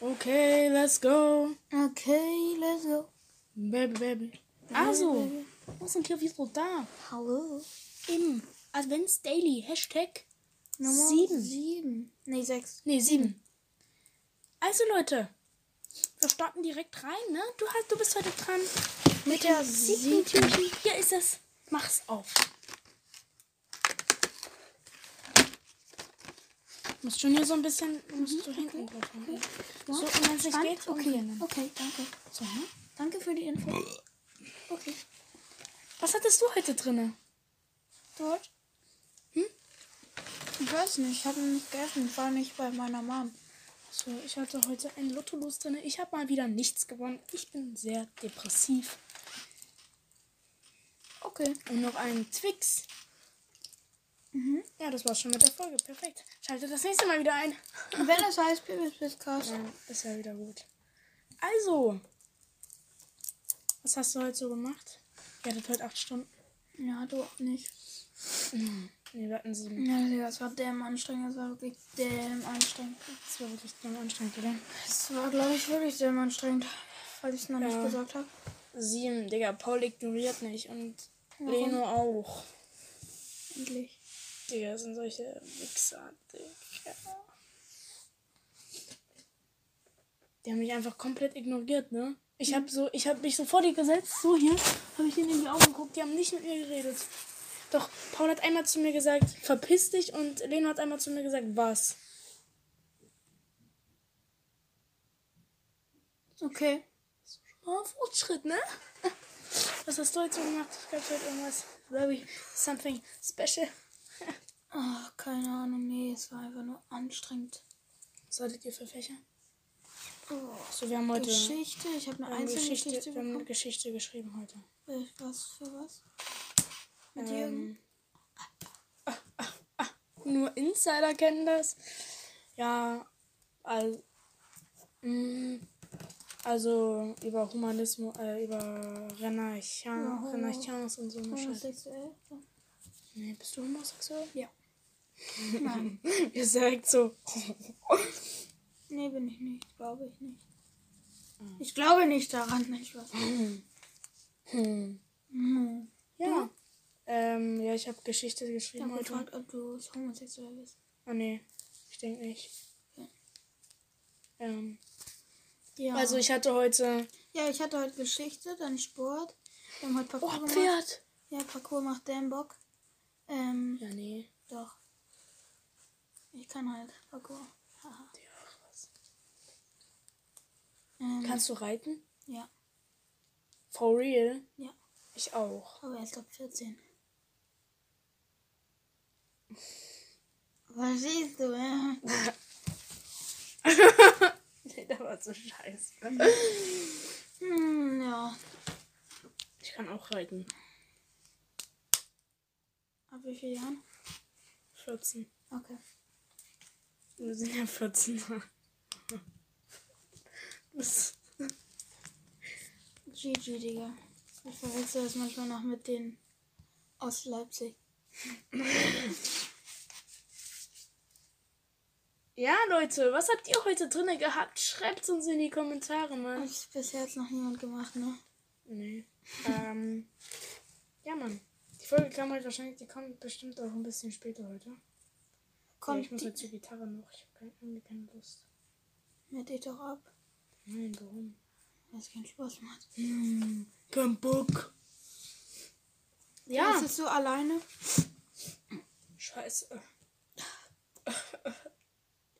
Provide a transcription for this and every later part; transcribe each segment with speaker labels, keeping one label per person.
Speaker 1: Okay, let's go.
Speaker 2: Okay, let's go.
Speaker 1: Baby, baby. Also, wir sind hier wieder da.
Speaker 2: Hallo.
Speaker 1: Im Adventsdaily. Hashtag.
Speaker 2: Nummer
Speaker 1: Sieben.
Speaker 2: Sieben. Nee, sechs.
Speaker 1: Nee, sieben. Also, Leute. Wir starten direkt rein, ne? Du, hast, du bist heute dran.
Speaker 2: Mit der
Speaker 1: Sieben Türchen. Hier ist es. Mach's auf. Musst schon hier so ein bisschen. Musst du hinten drauf machen. So, und wenn's nicht geht,
Speaker 2: okay.
Speaker 1: umdrehen.
Speaker 2: Okay, danke.
Speaker 1: So, ne?
Speaker 2: Danke für die Info. Okay.
Speaker 1: Was hattest du heute drinne?
Speaker 2: Dort? Hm? Ich weiß nicht, ich habe nicht gegessen. Ich war nicht bei meiner Mom.
Speaker 1: So, ich hatte heute ein Lottolos drin. Ich habe mal wieder nichts gewonnen. Ich bin sehr depressiv.
Speaker 2: Okay.
Speaker 1: Und noch einen Twix. Ja, das war's schon mit der Folge. Perfekt. Schaltet das nächste Mal wieder ein.
Speaker 2: Wenn es heißt Bibelsbitzcast.
Speaker 1: Ja, ist ja wieder gut. Also, was hast du heute so gemacht? Ihr hattet heute acht Stunden.
Speaker 2: Ja, du auch nicht.
Speaker 1: Nee, wir hatten sieben.
Speaker 2: Ja, Digga, es war dämm anstrengend. Es war wirklich dämm anstrengend.
Speaker 1: Das war wirklich ganz anstrengend, oder?
Speaker 2: Es war, glaube ich, wirklich dämm anstrengend. Weil ich es noch nicht
Speaker 1: Ja.
Speaker 2: gesagt habe.
Speaker 1: Sieben, Digga. Paul ignoriert nicht und Leno auch.
Speaker 2: Endlich.
Speaker 1: Digga, das sind solche Wichser, Digga. Die haben mich einfach komplett ignoriert, ne? Ich
Speaker 2: Mhm.
Speaker 1: hab so, ich hab mich so vor die gesetzt, so hier, hab ich denen in die Augen geguckt, die haben nicht mit mir geredet. Doch, Paul hat einmal zu mir gesagt, verpiss dich und Leno hat einmal zu mir gesagt, was?
Speaker 2: Okay.
Speaker 1: Oh, Fortschritt, ne? Was hast du heute so gemacht? Ich glaub, heute irgendwas. Very something special.
Speaker 2: Ah, keine Ahnung, nee, es war einfach nur anstrengend.
Speaker 1: Was hattet ihr für Fächer?
Speaker 2: Oh,
Speaker 1: So, wir haben heute wir
Speaker 2: Geschichte, ich habe eine
Speaker 1: haben
Speaker 2: einzelne
Speaker 1: ähm, Geschichte,
Speaker 2: Geschichte,
Speaker 1: wir haben
Speaker 2: bekommen.
Speaker 1: Geschichte geschrieben heute.
Speaker 2: Äh, Was für was? Mit
Speaker 1: Ähm,
Speaker 2: Jürgen?
Speaker 1: nur Insider kennen das. Ja, also, mm, also über Humanismus, äh, über
Speaker 2: Ja,
Speaker 1: Renachans
Speaker 2: Homo-
Speaker 1: Renachans und so eine Scheiße.
Speaker 2: Homosexuell?
Speaker 1: Nee, bist du homosexuell?
Speaker 2: Ja. Nein.
Speaker 1: Ihr sagt so.
Speaker 2: Nee, bin ich nicht. Glaube ich nicht.
Speaker 1: Ah.
Speaker 2: Ich glaube nicht daran, nicht was.
Speaker 1: Hm.
Speaker 2: Hm.
Speaker 1: Ja. Ähm, ja, ich habe Geschichte
Speaker 2: Ich
Speaker 1: geschrieben
Speaker 2: habe
Speaker 1: heute.
Speaker 2: gefragt, ob du homosexuell bist.
Speaker 1: Oh nee, ich denke nicht.
Speaker 2: Ja.
Speaker 1: Ähm,
Speaker 2: Ja.
Speaker 1: Also ich hatte heute.
Speaker 2: ja, ich hatte heute Geschichte, dann Sport. Wir haben heute
Speaker 1: Oh,
Speaker 2: Parcours gemacht.
Speaker 1: Pferd!
Speaker 2: Ja, Parcours macht damn Bock. Ähm,
Speaker 1: Ja, nee.
Speaker 2: doch. Ich kann halt Parcours. Haha.
Speaker 1: Digga, was?
Speaker 2: Ähm,
Speaker 1: Kannst du reiten?
Speaker 2: Ja,
Speaker 1: For real?
Speaker 2: ja.
Speaker 1: Ich auch.
Speaker 2: Aber erst ab 14. Was siehst du, äh?
Speaker 1: Nee, der war so scheiße.
Speaker 2: Hm, ja.
Speaker 1: Ich kann auch reiten.
Speaker 2: Ab wie vielen Jahren?
Speaker 1: 14.
Speaker 2: Okay.
Speaker 1: Wir sind ja 14. Das-
Speaker 2: GG, Digga. Ich verwechsel das manchmal noch mit denen aus Leipzig.
Speaker 1: Ja, Leute, was habt ihr heute drinne gehabt? Schreibt's uns in die Kommentare, Mann.
Speaker 2: Hat bisher jetzt noch niemand gemacht, ne?
Speaker 1: Nee. Ähm, ja, Mann. Die Folge kam heute wahrscheinlich, die kommt bestimmt auch ein bisschen später heute. ja, ich
Speaker 2: Kommt
Speaker 1: muss
Speaker 2: die,
Speaker 1: jetzt zur Gitarre noch. Ich habe irgendwie keine Lust.
Speaker 2: mit dich doch ab.
Speaker 1: Nein, warum?
Speaker 2: Weil es keinen Spaß macht.
Speaker 1: Kein Bock.
Speaker 2: Was
Speaker 1: Ja.
Speaker 2: ist du alleine?
Speaker 1: Scheiße.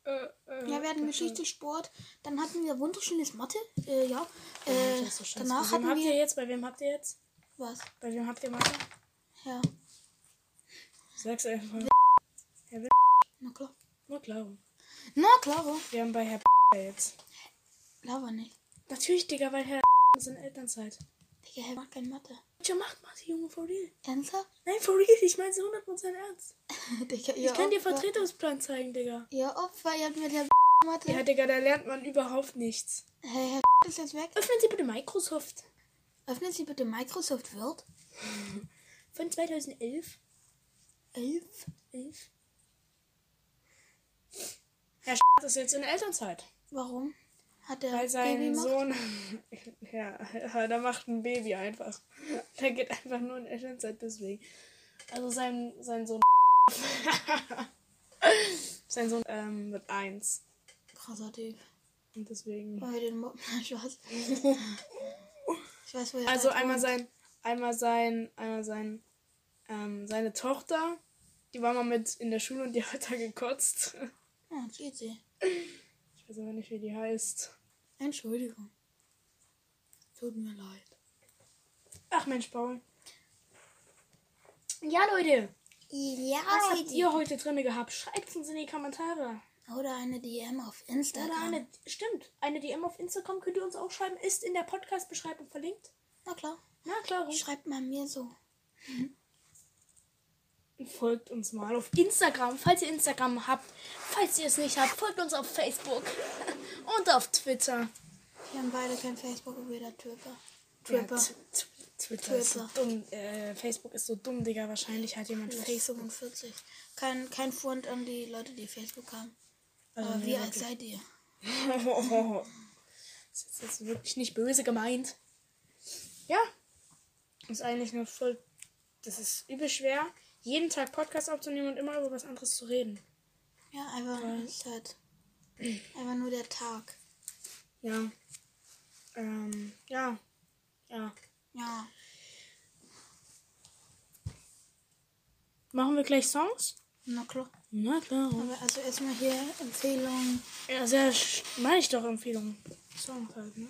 Speaker 1: Äh, äh,
Speaker 2: Ja, wir hatten Geschichte, Sport. Dann hatten wir wunderschönes Mathe. Äh, ja. Äh,
Speaker 1: Das ist schon
Speaker 2: danach
Speaker 1: so. Wem
Speaker 2: hatten
Speaker 1: habt ihr
Speaker 2: wir.
Speaker 1: jetzt? Bei wem habt ihr jetzt?
Speaker 2: Was?
Speaker 1: Bei wem habt ihr Mathe?
Speaker 2: Ja.
Speaker 1: Sag's einfach. Herr B.
Speaker 2: Na klar.
Speaker 1: Nur Glaube.
Speaker 2: Na klar.
Speaker 1: Wir haben bei Herr B. jetzt.
Speaker 2: Lava nicht.
Speaker 1: Natürlich, Digga, weil Herr ist in Elternzeit.
Speaker 2: Digga, er macht kein Mathe.
Speaker 1: Tja, macht Mathe, Junge, for real.
Speaker 2: Ernsthaft?
Speaker 1: Nein, for real, ich mein's 100% ernst.
Speaker 2: Digga, ihr
Speaker 1: Ich kann dir
Speaker 2: Opfer.
Speaker 1: Vertretungsplan zeigen, Digga.
Speaker 2: Ihr Opfer, ihr habt mit der Mathe.
Speaker 1: Ja, Digga, da lernt man überhaupt nichts.
Speaker 2: Hey, Herr ist jetzt weg.
Speaker 1: Öffnen Sie bitte Microsoft
Speaker 2: Öffnen Sie bitte Microsoft Word.
Speaker 1: von 2011.
Speaker 2: 11.
Speaker 1: 11. Herr ist jetzt in Elternzeit.
Speaker 2: Warum? Hat der
Speaker 1: Weil sein
Speaker 2: Baby macht?
Speaker 1: Sohn, ja, ja, der macht ein Baby einfach. Der geht einfach nur in Elternzeit deswegen. Also sein, sein Sohn, sein Sohn ähm, wird eins.
Speaker 2: Krasser Typ.
Speaker 1: Und deswegen.
Speaker 2: Weil wir den Mob. Nein, Spaß. Ich weiß, wo er
Speaker 1: Also
Speaker 2: halt
Speaker 1: einmal
Speaker 2: wohnt.
Speaker 1: sein, einmal sein, einmal sein, ähm, seine Tochter, die war mal mit in der Schule und die hat da gekotzt.
Speaker 2: Ja, GC.
Speaker 1: Ich weiß aber nicht, wie die heißt.
Speaker 2: Entschuldigung. Tut mir leid.
Speaker 1: Ach Mensch, Paul. Ja, Leute.
Speaker 2: Ja,
Speaker 1: Was habt ihr heute drinne gehabt? Schreibt's uns in die Kommentare.
Speaker 2: Oder eine DM auf
Speaker 1: Oder
Speaker 2: Instagram.
Speaker 1: eine, stimmt, eine DM auf Instagram könnt ihr uns auch schreiben. Ist in der Podcast-Beschreibung verlinkt.
Speaker 2: Na klar.
Speaker 1: Na klar.
Speaker 2: Schreibt mal mir so.
Speaker 1: Folgt uns mal auf Instagram, falls ihr Instagram habt. Falls ihr es nicht habt, folgt uns auf Facebook und auf Twitter.
Speaker 2: Wir haben beide kein Facebook und wieder Türke.
Speaker 1: Ja,
Speaker 2: Türke.
Speaker 1: T- T- Twitter ist so
Speaker 2: Twitter.
Speaker 1: dumm. Äh, Facebook ist so dumm, Digga. Wahrscheinlich hat jemand
Speaker 2: Vielleicht
Speaker 1: Facebook.
Speaker 2: 45. Kein, kein Front an die Leute, die Facebook haben.
Speaker 1: Also,
Speaker 2: Aber
Speaker 1: nee,
Speaker 2: wie
Speaker 1: okay.
Speaker 2: alt seid ihr?
Speaker 1: Das ist jetzt wirklich nicht böse gemeint. Ja. Ist eigentlich nur voll. Das ist übel schwer, jeden Tag Podcast aufzunehmen und immer über was anderes zu reden.
Speaker 2: Ja, einfach, ist halt einfach nur der Tag.
Speaker 1: Ja. Ähm, ja. Ja.
Speaker 2: Ja.
Speaker 1: Machen wir gleich Songs?
Speaker 2: Na klar.
Speaker 1: Na klar.
Speaker 2: Aber also erstmal hier Empfehlung.
Speaker 1: Ja, sehr sch- meine ich doch Empfehlungen. Songs halt, ne?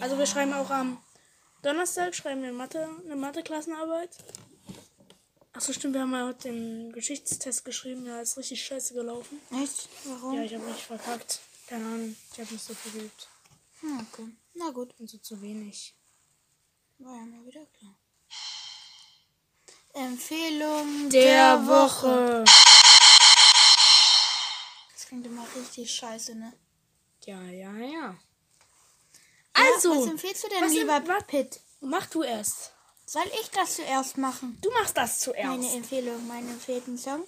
Speaker 1: Also wir schreiben auch am Donnerstag schreiben wir Mathe, eine Mathe-Klassenarbeit. Achso, stimmt, wir haben ja heute den Geschichtstest geschrieben, der ist richtig scheiße gelaufen.
Speaker 2: Echt? Warum?
Speaker 1: Ja, ich habe mich verkackt. Keine Ahnung, ich habe nicht so viel geübt.
Speaker 2: Hm, okay. Na gut.
Speaker 1: Und so zu wenig.
Speaker 2: War ja mal wieder klar. Empfehlung Das klingt immer richtig scheiße, ne?
Speaker 1: Ja, ja, ja.
Speaker 2: Ja,
Speaker 1: Also,
Speaker 2: was empfiehlst du denn,
Speaker 1: was
Speaker 2: lieber
Speaker 1: em- was-
Speaker 2: Pitt?
Speaker 1: mach du erst.
Speaker 2: Soll ich das zuerst machen?
Speaker 1: Du machst das zuerst.
Speaker 2: Meine Empfehlung, mein empfehlten Song.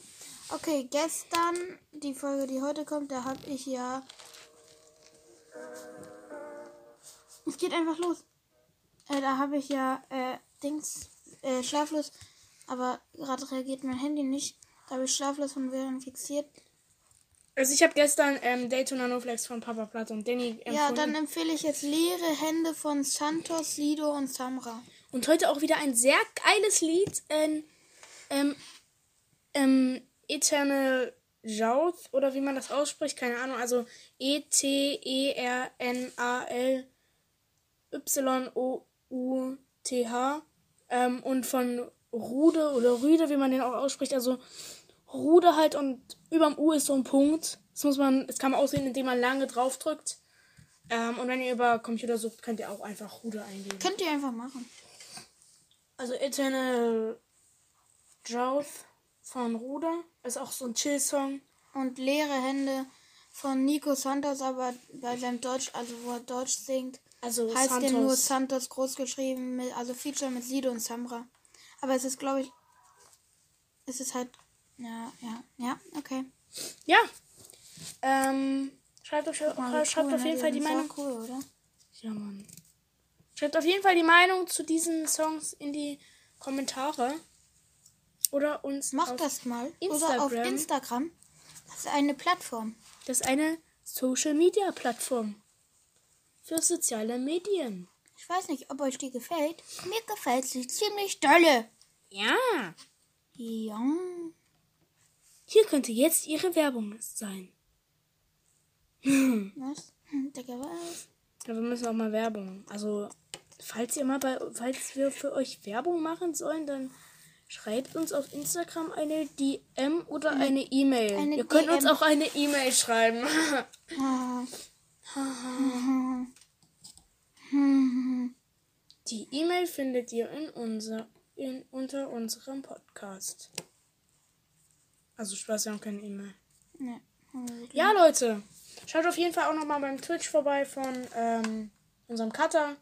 Speaker 2: Okay, gestern, die Folge, die heute kommt, da habe ich ja... Es geht einfach los. Äh, da habe ich ja äh, Dings, äh, Schlaflos, aber gerade reagiert mein Handy nicht. Da habe ich Schlaflos von Wilhelm fixiert.
Speaker 1: Also ich habe gestern ähm, Daytona Noflex von Papa Platte und Danny empfohlen.
Speaker 2: Ja, dann empfehle ich jetzt Leere Hände von Santos, Lido und Samra.
Speaker 1: Und heute auch wieder ein sehr geiles Lied. Ähm, ähm, ähm, Eternal Jouth oder wie man das ausspricht, keine Ahnung. Also E E-T-E-R-N-A-L-Y-O-U-T-H. Ähm, und von Rude oder Rüde, wie man den auch ausspricht. Also Rude halt und überm U ist so ein Punkt. Das muss man, das kann man aussehen, indem man lange draufdrückt. Ähm, und wenn ihr über Computer sucht, könnt ihr auch einfach Rude eingeben.
Speaker 2: Könnt ihr einfach machen.
Speaker 1: Also Eternal Drought von Ruder ist auch so ein Chill-Song.
Speaker 2: Und Leere Hände von Nico Santos, aber bei seinem Deutsch, also wo er Deutsch singt,
Speaker 1: Also
Speaker 2: heißt
Speaker 1: Santos.
Speaker 2: der nur Santos groß geschrieben, mit, also Feature mit Lido und Samra. Aber es ist, glaube ich, es ist halt, ja, ja, ja, okay.
Speaker 1: ja. Ähm, schreibt auf,
Speaker 2: Aber
Speaker 1: schreibt
Speaker 2: cool,
Speaker 1: auf
Speaker 2: ne?
Speaker 1: jeden Fall die
Speaker 2: sind voll
Speaker 1: Meinung.
Speaker 2: Cool, oder?
Speaker 1: Ja, Mann. Schreibt auf jeden Fall die Meinung zu diesen Songs in die Kommentare. Oder uns. auf-
Speaker 2: Macht das mal. Oder auf
Speaker 1: Instagram.
Speaker 2: Instagram. Das ist eine Plattform.
Speaker 1: Das ist eine Social Media Plattform. Für soziale Medien.
Speaker 2: Ich weiß nicht, ob euch die gefällt. Mir gefällt sie ziemlich dolle.
Speaker 1: Ja.
Speaker 2: Ja.
Speaker 1: Hier könnte jetzt ihre Werbung sein.
Speaker 2: Was? Hm, Digga, was?
Speaker 1: Ja, wir müssen auch mal Werbung. Also, falls ihr mal bei, falls wir für euch Werbung machen sollen, dann schreibt uns auf Instagram eine DM oder eine E-Mail.
Speaker 2: Eine
Speaker 1: ihr könnt uns
Speaker 2: DM.
Speaker 1: auch eine E-Mail schreiben.
Speaker 2: Ah.
Speaker 1: Die E-Mail findet ihr in unser, in, unter unserem Podcast. Also Spaß, wir haben keine E-Mail.
Speaker 2: Ne.
Speaker 1: Ja, Leute. Schaut auf jeden Fall auch nochmal beim Twitch vorbei von ähm, unserem Cutter.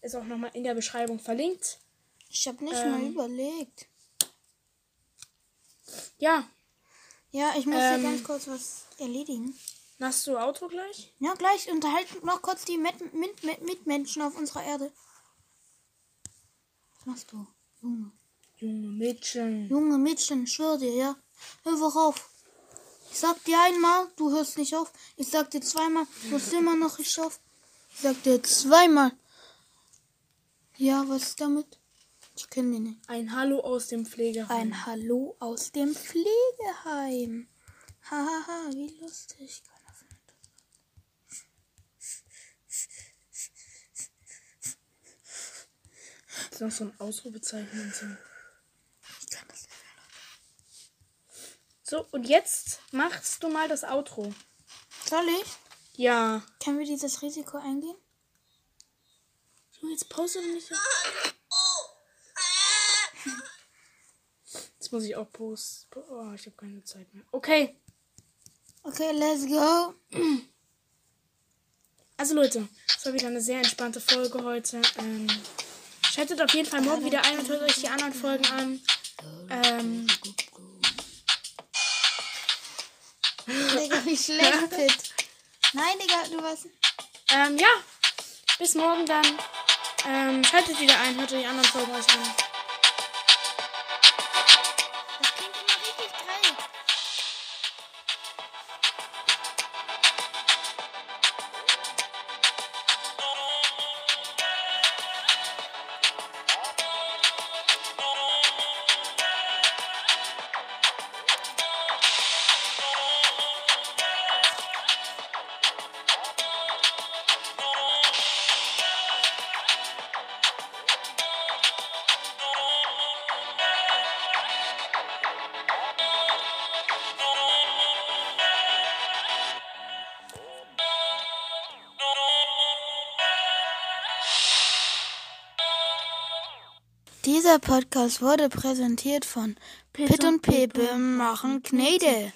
Speaker 1: Ist auch nochmal in der Beschreibung verlinkt.
Speaker 2: Ich habe nicht
Speaker 1: Ähm.
Speaker 2: mal überlegt.
Speaker 1: Ja,
Speaker 2: Ja, ich muss
Speaker 1: Ähm.
Speaker 2: hier ganz kurz was erledigen.
Speaker 1: Hast du Auto gleich?
Speaker 2: Ja, gleich unterhalten noch kurz die Mit Mit Mit Mitmenschen auf unserer Erde. Was machst du? Junge.
Speaker 1: Junge Mädchen.
Speaker 2: Junge Mädchen, schwör dir, ja. Hör doch auf. Ich sag dir einmal, du hörst nicht auf. Ich sag dir zweimal, du hörst immer noch nicht auf. Ich sag dir zweimal. Ja, was ist damit? Ich kenne mich nicht.
Speaker 1: Ein Hallo aus dem Pflegeheim.
Speaker 2: Ein Hallo aus dem Pflegeheim. Hahaha, ha, ha, wie lustig. Keiner findet das.
Speaker 1: Ist noch so ein Ausrufezeichen und so.
Speaker 2: Ich kann das nicht.
Speaker 1: So, und jetzt machst du mal das Outro.
Speaker 2: Soll ich?
Speaker 1: Ja.
Speaker 2: Können wir dieses Risiko eingehen?
Speaker 1: So, jetzt pause doch nicht. Jetzt muss ich auch posten. Oh, ich habe keine Zeit mehr. Okay.
Speaker 2: Okay, let's go.
Speaker 1: Also Leute, es war wieder eine sehr entspannte Folge heute. Ähm, schaltet auf jeden Fall morgen wieder ein und hört euch die anderen Folgen an. Ähm,
Speaker 2: Digga, wie schlecht, Pit. Nein, Digga, du warst.
Speaker 1: ähm, ja, bis morgen dann. Ähm, schaltet wieder ein, hört euch die anderen Folgen euch an.
Speaker 2: Das klingt immer richtig geil. Dieser Podcast wurde präsentiert von Pit und Pepe machen Knete.